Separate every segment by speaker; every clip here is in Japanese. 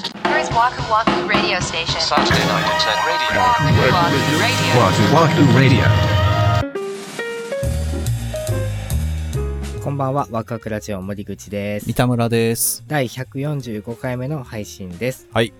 Speaker 1: Waku Waku Radio Station.
Speaker 2: Saturday night at 10 radio.
Speaker 1: Waku Waku Radio.
Speaker 3: Wahoo Wahoo Radio.
Speaker 4: こんばんは、ワクワクラジオ森口です
Speaker 5: 三。田村です。
Speaker 4: 第145回目の配信です。
Speaker 5: はい。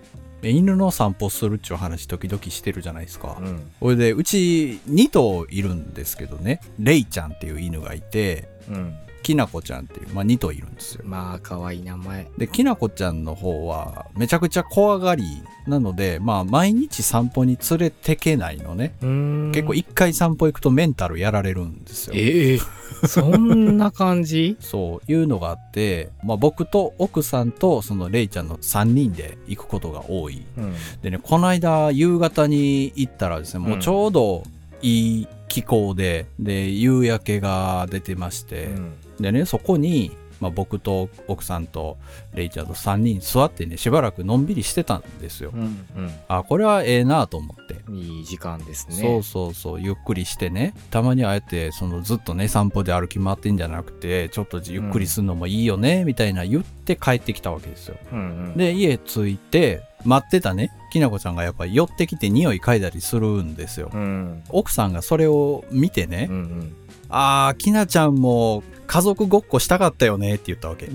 Speaker 5: え犬の散歩するっちゅう話時々してるじゃないですか
Speaker 4: う。ん。
Speaker 5: これで、うち2頭いるんですけどね、レイちゃんっていう犬がいて、
Speaker 4: うん。
Speaker 5: きなこちゃんっていう、まあ2頭いるんですよ。
Speaker 4: まあ、可愛い名前。
Speaker 5: で、きなこちゃんの方は、めちゃくちゃ怖がりなので、まあ毎日散歩に連れてけないのね。
Speaker 4: うーん。
Speaker 5: 結構1回散歩行くとメンタルやられるんですよ。
Speaker 4: ええそんな感 じ
Speaker 5: そういうのがあって、まあ僕と奥さんとそのレイちゃんの3人で行くことが多い
Speaker 4: うん。
Speaker 5: でね、この間夕方に行ったらですね、もうちょうどいい気候で、で、夕焼けが出てまして、
Speaker 4: うん
Speaker 5: でね、そこに、まあ、僕と奥さんとレイちゃんと3人座ってね、しばらくのんびりしてたんですよ。
Speaker 4: うん。
Speaker 5: あ、これはええなと思って。
Speaker 4: うん。いい時間ですね。
Speaker 5: そうそうそう、ゆっくりしてね。たまにああやって、そのずっとね、散歩で歩き回ってんじゃなくて、ちょっとゆっくりするのもいいよね、みたいな言って帰ってきたわけですよ。
Speaker 4: うんうん。
Speaker 5: で、家着いて、待ってたね、きなこちゃんがやっぱり寄ってきて匂い嗅いだりするんですよ。
Speaker 4: うん。
Speaker 5: 奥さんがそれを見て
Speaker 4: う
Speaker 5: ね、
Speaker 4: んうん。
Speaker 5: あー、きなちゃんも家族ごっこしたかったよねって言っ たわけ。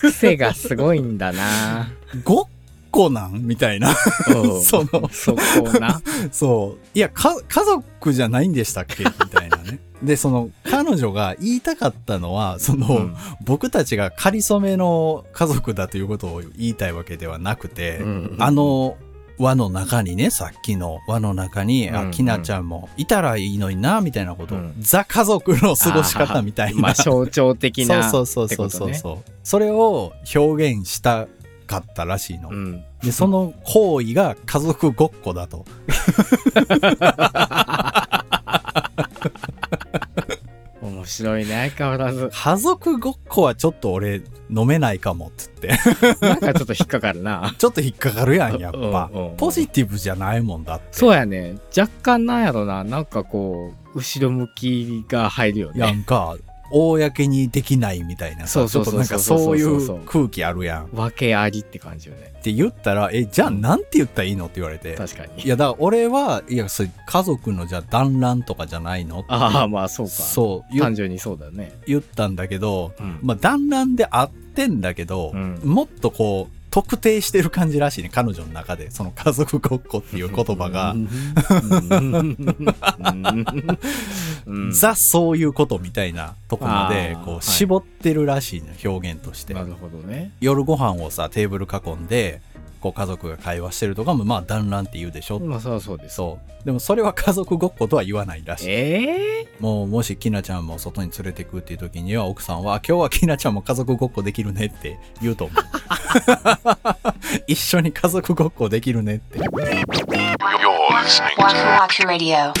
Speaker 4: 癖がすごいんだな
Speaker 5: ごっこなんみた いな。
Speaker 4: おう
Speaker 5: その
Speaker 4: そこな。
Speaker 5: そう。いや、か、家族じゃないんでしたっけみたいな ね。で、その、彼女が言いたかったのは、その、
Speaker 4: うん
Speaker 5: 僕たちが仮初めの家族だということを言いたいわけではなくて、
Speaker 4: うん
Speaker 5: あの輪の中にね、さっきの輪の中に、
Speaker 4: うん
Speaker 5: あ、きなちゃんもいたらいいのにな、みたいなこと、
Speaker 4: うん
Speaker 5: ザ家族の過ごし方みたいな。
Speaker 4: まあ、象徴的な。
Speaker 5: そうそうそうそう
Speaker 4: ってこ
Speaker 5: そう。それを表現したかったらしいの。
Speaker 4: うん。
Speaker 5: で、その行為が家族ごっこだと。
Speaker 4: 面白いね、変わらず。
Speaker 5: 家族ごっこはちょっと俺飲めないかもっつって。
Speaker 4: なんかちょっと引っかかるな。
Speaker 5: ちょっと引っかかるや ん、やっぱ
Speaker 4: うんうんうん。
Speaker 5: ポジティブじゃないもんだって。
Speaker 4: そうやね。若干なんやろな。なんかこう、後ろ向きが入るよ
Speaker 5: や
Speaker 4: ね。
Speaker 5: んか、公にできないみたいな
Speaker 4: そ
Speaker 5: さ、
Speaker 4: う
Speaker 5: ち
Speaker 4: そ
Speaker 5: ょ
Speaker 4: う
Speaker 5: っ
Speaker 4: そ
Speaker 5: と
Speaker 4: う
Speaker 5: なん
Speaker 4: そう
Speaker 5: か
Speaker 4: そう
Speaker 5: そうい
Speaker 4: そう
Speaker 5: う
Speaker 4: そう
Speaker 5: 空気あるやんっ
Speaker 4: 訳ありって感じよね。
Speaker 5: て言ったら、え、じゃあなんて言ったらいいのって言われて。
Speaker 4: 確か
Speaker 5: い
Speaker 4: に。
Speaker 5: や、だから俺は、いや、それ家族のじゃあ団らんとかじゃないの
Speaker 4: ああ、まあそうか。
Speaker 5: そう、
Speaker 4: 単
Speaker 5: 言
Speaker 4: 純にそうだね。
Speaker 5: 言ったんだけど、
Speaker 4: うん
Speaker 5: まあ団らんであってんだけど、
Speaker 4: うん
Speaker 5: もっとこう、特定してる感じらしいね、彼女の中で。その家族ごっこっていう言葉が
Speaker 4: う、 んうん
Speaker 5: ザそういうことみたいなとこまで
Speaker 4: あー
Speaker 5: こ
Speaker 4: はいう
Speaker 5: 絞ってるらしいの、表現として
Speaker 4: なるほどね。
Speaker 5: 夜ご飯をさテーブル囲んでこう家族が会話してるとかもまあ団らんって言うでしょ、
Speaker 4: まあそりゃそうです。
Speaker 5: そうでもそれは家族ごっことは言わないらしい
Speaker 4: ええ
Speaker 5: もうもしきなちゃんも外に連れてくっていう時には奥さんは今日はきなちゃんも家族ごっこできるねって言うと思う 一緒に家族ごっこできるねって
Speaker 2: You're listening
Speaker 1: Waku
Speaker 2: to
Speaker 1: Waku Radio.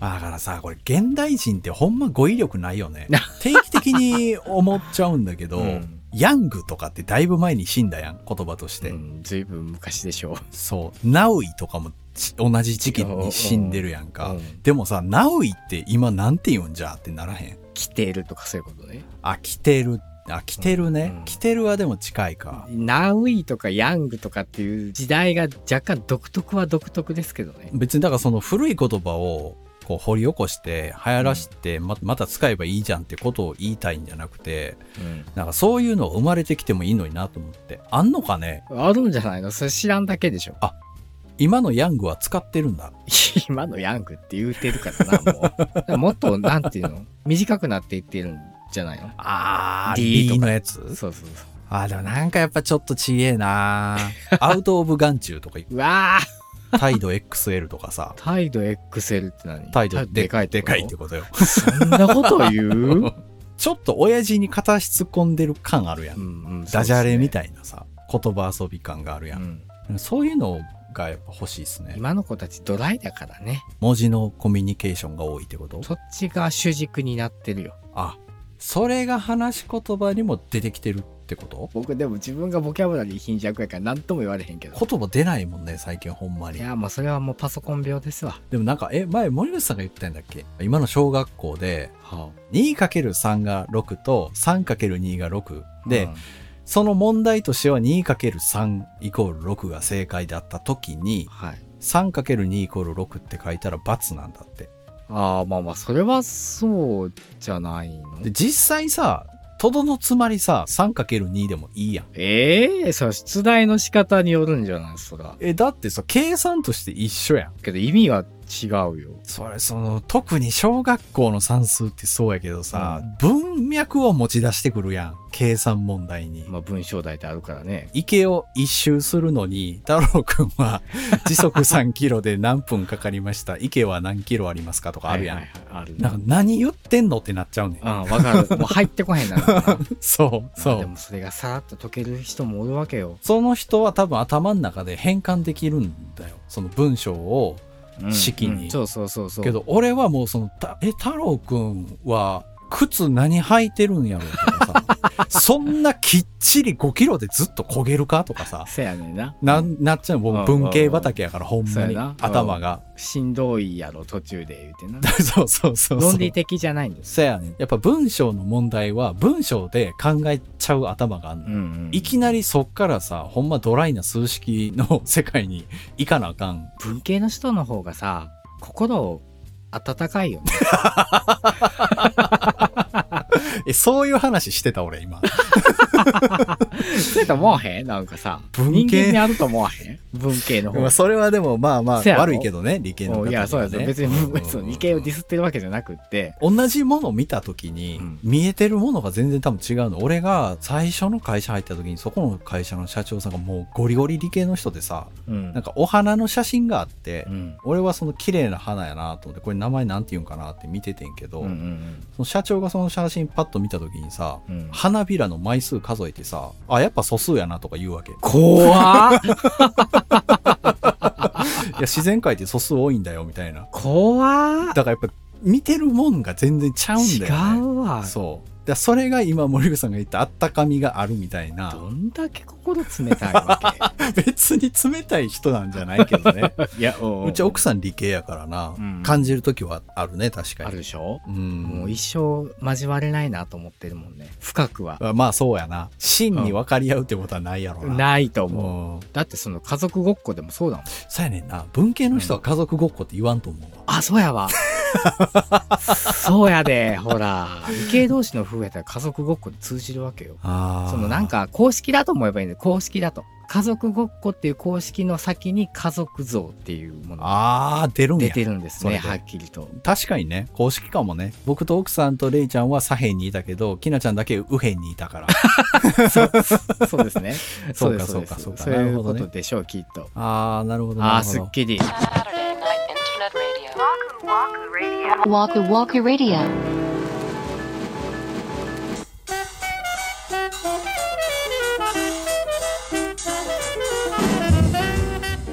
Speaker 5: まあだからさこれ現代人ってほんま語彙力ないよ ね定期的に思っちゃうんだけど、
Speaker 4: うん
Speaker 5: ヤングとかってだいぶ前に死んだやん言葉として、
Speaker 4: うんずいぶん昔でしょう。
Speaker 5: そうナウイとかもち同じ時期に死んでるやんか、
Speaker 4: うんうん
Speaker 5: でもさナウイって今なんて言うんじゃってならへん
Speaker 4: 来ているとかそういうことね。
Speaker 5: あ来てるあ来てるね、
Speaker 4: うん
Speaker 5: 来てるはでも近いか
Speaker 4: ナウイとかヤングとかっていう時代が若干独特は独特ですけどね。
Speaker 5: 別にだからその古い言葉をこう掘り起こして流行らしてままた使えばいいじゃんってことを言いたいんじゃなくてなんかそういうの生まれてきてもいいのになと思ってあんのかね
Speaker 4: あるんじゃないのそれ知らんだけでしょ。
Speaker 5: 今のヤングは使ってるんだ
Speaker 4: 今のヤングって言うてるからな、もう。 だからもっと、なんていうの短くなっていってるんじゃないの
Speaker 5: あ
Speaker 4: D と
Speaker 5: D
Speaker 4: か
Speaker 5: のやつ
Speaker 4: そうそうそう。
Speaker 5: あーでもなんかやっぱちょっとちげえな アウト・オブ・眼中とか
Speaker 4: うわー
Speaker 5: 態度 XL とかさ
Speaker 4: 態度 XL って何
Speaker 5: 態度 でかい
Speaker 4: って
Speaker 5: で
Speaker 4: こ
Speaker 5: か
Speaker 4: と
Speaker 5: いってことよ
Speaker 4: そんなこと 言ううん
Speaker 5: ちょっと親父に片足突っ込んでる感あるやん、
Speaker 4: うん
Speaker 5: ダジャレみ
Speaker 4: い
Speaker 5: たいなさ言葉遊び感があるやん、そういうのがやっぱ欲しいですね
Speaker 4: 今の子たちドライだからね。
Speaker 5: 文字のコミュニケーションが多いってこと
Speaker 4: そっちが主軸になってるよ。
Speaker 5: あそれが話し言葉にも出てきてるってってこと
Speaker 4: 僕でも自分がボキャブラリー貧弱やから何とも言われへんけど
Speaker 5: 言葉出ないもんね、最近ほんま
Speaker 4: い
Speaker 5: に。
Speaker 4: やもうそれはもうパソコン病ですわ
Speaker 5: でもなんか、え、前森口さんが言ってたんだっけ今の小学校で、
Speaker 4: は
Speaker 5: 2×3 が6と 3×2 が6で、
Speaker 4: うん
Speaker 5: その問題としては 2×3 イコール6が正解だった時に
Speaker 4: はい
Speaker 5: 3×2 イコール6って書いたら×なんだって
Speaker 4: ああまあまあそれはそうじゃないの
Speaker 5: で実際さとどのつまりさ 3×2 でもいいやん
Speaker 4: ええその出題の仕方によるんじゃないそら
Speaker 5: えだってさ計算として一緒やん
Speaker 4: けど意味は違うよ
Speaker 5: それその特に小学校の算数ってそうやけどさ、文脈を持ち出してくるやん計算問題に、
Speaker 4: まあ文章題ってあるからね
Speaker 5: 池を一周するのに、太郎くん は時速3キロで何分かかりました。池は何キロありますかとかあるやん。
Speaker 4: はいはいはいある
Speaker 5: なんか何言ってんのってなっちゃうねん。
Speaker 4: うん、わか る。もう入ってこへんなのか
Speaker 5: そう、
Speaker 4: な。
Speaker 5: そ
Speaker 4: で
Speaker 5: う。
Speaker 4: もそれがさらっと解ける人もおるわけよ。
Speaker 5: その人は多分頭の中で変換できるんだよ。その文章を。
Speaker 4: うん
Speaker 5: 式に
Speaker 4: うんそうそうそうそう。
Speaker 5: けど俺はもうその、たえ、太郎くんは靴何履いてるんやろとかさ。 そんなきっちり5キロでずっと焦げるかとかさ。
Speaker 4: せやねんな。
Speaker 5: な
Speaker 4: うん
Speaker 5: ん、なっちゃう。もう文系畑やからほん
Speaker 4: そ
Speaker 5: ま
Speaker 4: う
Speaker 5: に
Speaker 4: やな
Speaker 5: 頭が。
Speaker 4: しんどいやろ、途中で言うてな。
Speaker 5: そうそう そうそう。
Speaker 4: 論理的じゃないんです。
Speaker 5: そやねんやっぱ文章の問題は文章で考えちゃう頭があんの、
Speaker 4: うんうん
Speaker 5: いきなりそっからさ、ほんまドライな数式の世界に行かなあかん。
Speaker 4: 文系の人の方がさ、心を温かいよね。
Speaker 5: え、そういう話してた俺今。
Speaker 4: そうやと思わへんなんかさ。
Speaker 5: 文系
Speaker 4: 人間にあると思わへん文系の方
Speaker 5: まあそれはでもまあまあ
Speaker 4: せやろ
Speaker 5: 悪いけどね、理系の方
Speaker 4: うん
Speaker 5: には
Speaker 4: いや、
Speaker 5: ね、
Speaker 4: そうやで別
Speaker 5: うんうんう
Speaker 4: に、
Speaker 5: ん
Speaker 4: 別に理系をディスってるわけじゃなくって。
Speaker 5: 同じもの見た時に、
Speaker 4: うん
Speaker 5: 見えてるものが全然多分違うの。俺が最初の会社入った時にそこの会社の社長さんがもうゴリゴリ理系の人でさ、
Speaker 4: うん
Speaker 5: なんかお花の写真があって、
Speaker 4: うん。
Speaker 5: 俺はその綺麗な花やなと思ってこれ名前なんて言うんかなって見ててんけど、
Speaker 4: うんうん
Speaker 5: その社長がその写真パッと見た時にさ
Speaker 4: うんうん。
Speaker 5: 花びらの枚数数えてさあやっぱ素数やなとか言うわけい
Speaker 4: 怖っ
Speaker 5: や自然界って素数多いんだよみたいな
Speaker 4: 怖っ
Speaker 5: だからやっぱ見てるもんが全然ちゃうんだよ、
Speaker 4: 違
Speaker 5: ね、
Speaker 4: うわ
Speaker 5: そうだからそれが今森口さんが言ったあったかみがあるみたい
Speaker 4: ど
Speaker 5: なん
Speaker 4: だけ心冷たいわ
Speaker 5: 別に冷たい人なんじゃないけ どね
Speaker 4: けいやお
Speaker 5: うち奥さん理系やからな、
Speaker 4: うん
Speaker 5: 感じる時はあるね確か
Speaker 4: あ
Speaker 5: に
Speaker 4: るでしょ、
Speaker 5: うん
Speaker 4: もう一生交われないなと思ってるもんね深くは
Speaker 5: あまあそうやな真に分かり合うってことはないやろな、
Speaker 4: ないと
Speaker 5: う
Speaker 4: 思うんだってその家族ごっこでもそうだもん
Speaker 5: そうやねんな文系の人は家族ごっこって言わんと思うわ、
Speaker 4: あそうやわ そうやでほら理系同士の夫婦やったら家族ごっこで通じるわけよ
Speaker 5: あー
Speaker 4: そのなんか公式だと思えばいいんだよ公式だと家族ごっこっていう公式の先に家族像っていうものが
Speaker 5: ああ出るん
Speaker 4: 出
Speaker 5: や
Speaker 4: てるんです
Speaker 5: それ
Speaker 4: ね
Speaker 5: で
Speaker 4: はっきりと
Speaker 5: 確かにね公式かもね僕と奥さんとレイちゃんは左辺にいたけどきなちゃんだけ右辺にいたから
Speaker 4: そうそうですね。
Speaker 5: そう
Speaker 4: で
Speaker 5: か
Speaker 4: すです
Speaker 5: そうかそうか
Speaker 4: そういう
Speaker 5: なるほ
Speaker 4: こ
Speaker 5: ど
Speaker 4: と
Speaker 5: ね
Speaker 4: でしょう、きっと。
Speaker 5: ああなるほ ど
Speaker 4: あ
Speaker 5: な
Speaker 4: あ、
Speaker 5: る
Speaker 4: す
Speaker 5: ほ
Speaker 4: っきり。
Speaker 1: Saturday night internet radio. Waku Waku Radio.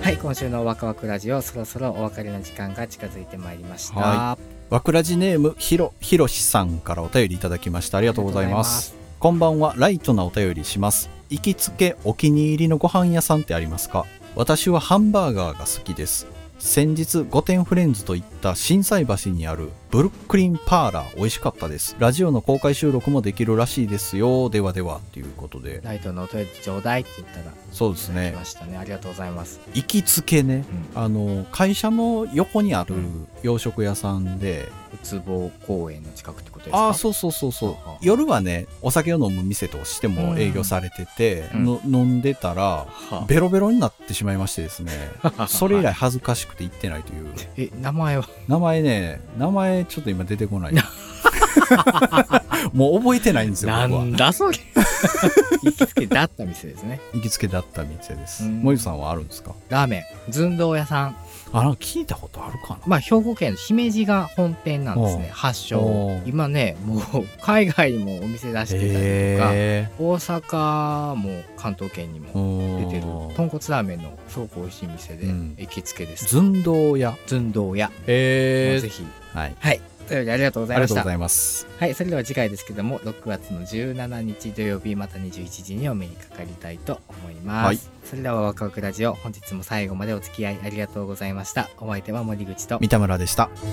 Speaker 4: はい、今週のワクワクラジオ、そろそろお別れの時間が近づいてまいりました。
Speaker 5: はどわくらじネームひろひろしさんからお便りいただきましたありがとうございますこんばんはライトなお便りします行きつけお気に入りのご飯屋さんってありますか私はハンバーガーが好きです先日御殿フレンズといった心斎橋にあるブルックリンパーラー美味しかったですラジオの公開収録もできるらしいですよではではということで
Speaker 4: ライトのお便りちょうだいって言ったら、
Speaker 5: そうです
Speaker 4: 来
Speaker 5: ね
Speaker 4: ましたね。ありがとうございます。
Speaker 5: 行きつけね
Speaker 4: うん
Speaker 5: あの会社の横にある
Speaker 4: うん
Speaker 5: 洋食屋さんで、
Speaker 4: うつぼ公園の近くってことですか
Speaker 5: ああそうそうそうそう
Speaker 4: はは
Speaker 5: 夜はねお酒を飲む店としても営業されてて、
Speaker 4: うん
Speaker 5: の飲んでたら
Speaker 4: は
Speaker 5: ベロベロになってしまいましてです ねそれ以来恥ずかしくて行ってないという
Speaker 4: え、名前は
Speaker 5: 名前ね名前ちょっと今出てこ ないもう覚えてないんですよ僕は
Speaker 4: だそれ行きつけだった店ですね。
Speaker 5: 行きつけだった店です
Speaker 4: うん
Speaker 5: 森田さんはあるんですか
Speaker 4: ラーメン、寸胴屋さん。
Speaker 5: あなんか聞いたことあるかな
Speaker 4: まあ、兵庫県の姫路が本店なんですね、
Speaker 5: うん
Speaker 4: 発祥
Speaker 5: お。ー
Speaker 4: 今ね、もう海外にもお店出してたりとか、
Speaker 5: へ
Speaker 4: 大阪も関東圏に
Speaker 5: え
Speaker 4: も出
Speaker 5: 出
Speaker 4: てる、豚骨ラーメンのすごく美味しい店で
Speaker 5: うん、
Speaker 4: 行きつけです。
Speaker 5: 寸胴屋
Speaker 4: 寸胴屋、もう
Speaker 5: へ
Speaker 4: ぜ
Speaker 5: え
Speaker 4: ひ。
Speaker 5: はい
Speaker 4: はい。お便りありがとうござい
Speaker 5: あ
Speaker 4: ま
Speaker 5: りが
Speaker 4: し
Speaker 5: とう
Speaker 4: た
Speaker 5: ござ。います。
Speaker 4: はい、それでは次回ですけども、6月の17日土曜日、また21時にお目にかかりたいと思います。
Speaker 5: はい
Speaker 4: それではワクワクラジオ、本日も最後までお付き合いありがとうございました。お相手は森口と
Speaker 5: 三田村でした。
Speaker 1: 「